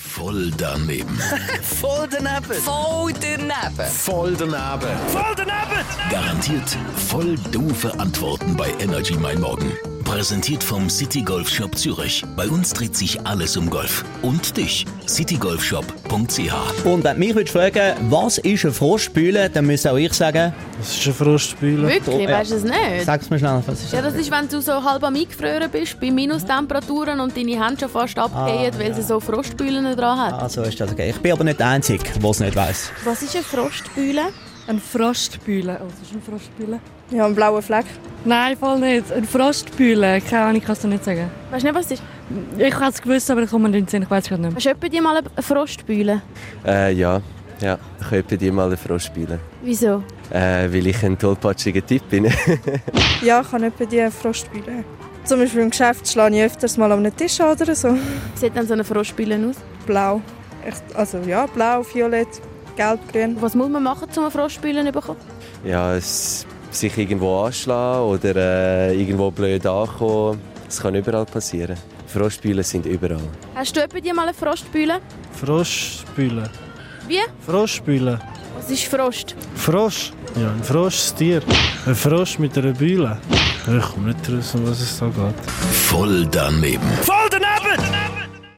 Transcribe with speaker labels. Speaker 1: Voll daneben.
Speaker 2: Voll daneben.
Speaker 3: Voll daneben.
Speaker 1: Voll daneben.
Speaker 2: Voll daneben.
Speaker 1: Garantiert voll doofe Antworten bei Energy Mein Morgen. Präsentiert vom City Golf Shop Zürich. Bei uns dreht sich alles um Golf. Und dich, citygolfshop.ch.
Speaker 4: Und wenn du mich würdest fragen was ist eine Frostbühle, dann müsste auch ich sagen,
Speaker 5: Das ist ein Frostbühler.
Speaker 4: Oh,
Speaker 6: Wirklich,
Speaker 4: ja.
Speaker 6: weißt du es nicht?
Speaker 4: sag's mir schnell, was ist
Speaker 6: Ja, das ist, wenn du so halb am Eingefroren bist, bei Minustemperaturen und deine Hände schon fast abgehen, weil sie so Frostbühlen dran hat.
Speaker 4: Ah, so ist das okay. Ich bin aber nicht der Einzige, der es nicht weiss.
Speaker 7: Was ist eine Frostbühle?
Speaker 8: Ein Frostbühle. Oh, das ist ein Frostbühle.
Speaker 7: Ja, ein blauer Fleck.
Speaker 8: Nein, voll nicht. Ein Frostbühle. Keine Ahnung, kannst du nicht sagen.
Speaker 6: Weißt du nicht, was es ist?
Speaker 8: Ich hätte es gewusst, aber ich komme nicht in den Sinn. Ich weiß es gerade nicht mehr.
Speaker 6: Hast du etwa dir mal eine Frostbühle?
Speaker 9: Äh, ja, ja. Ich könnte dir mal eine Frau spielen.
Speaker 6: Wieso?
Speaker 9: Äh, weil ich ein tollpatschiger Typ bin.
Speaker 7: Ja, ich kann nicht bei dir eine Frostbühle. Zum Beispiel im Geschäft schlage ich öfters mal an einem Tisch an oder so.
Speaker 6: Sieht dann so eine Frostbühle aus?
Speaker 7: Blau. Ich, also ja, blau, violett, gelb, grün.
Speaker 6: Was muss man machen, um eine Frostbühle zu bekommen?
Speaker 9: ja, es, sich irgendwo anschlagen oder äh, irgendwo blöd ankommen. Das kann überall passieren. Frostspiele sind überall.
Speaker 6: Hast du etwa dir mal eine Frostbühle?
Speaker 5: Frostbühler.
Speaker 6: Wie?
Speaker 5: Frostbühler.
Speaker 6: Was ist Frost?
Speaker 5: Frosch. Ja, ein Frosch, ein Tier. Ein Frosch mit einer Bühle. Ich komme nicht raus, um was es da geht.
Speaker 1: Voll daneben. Voll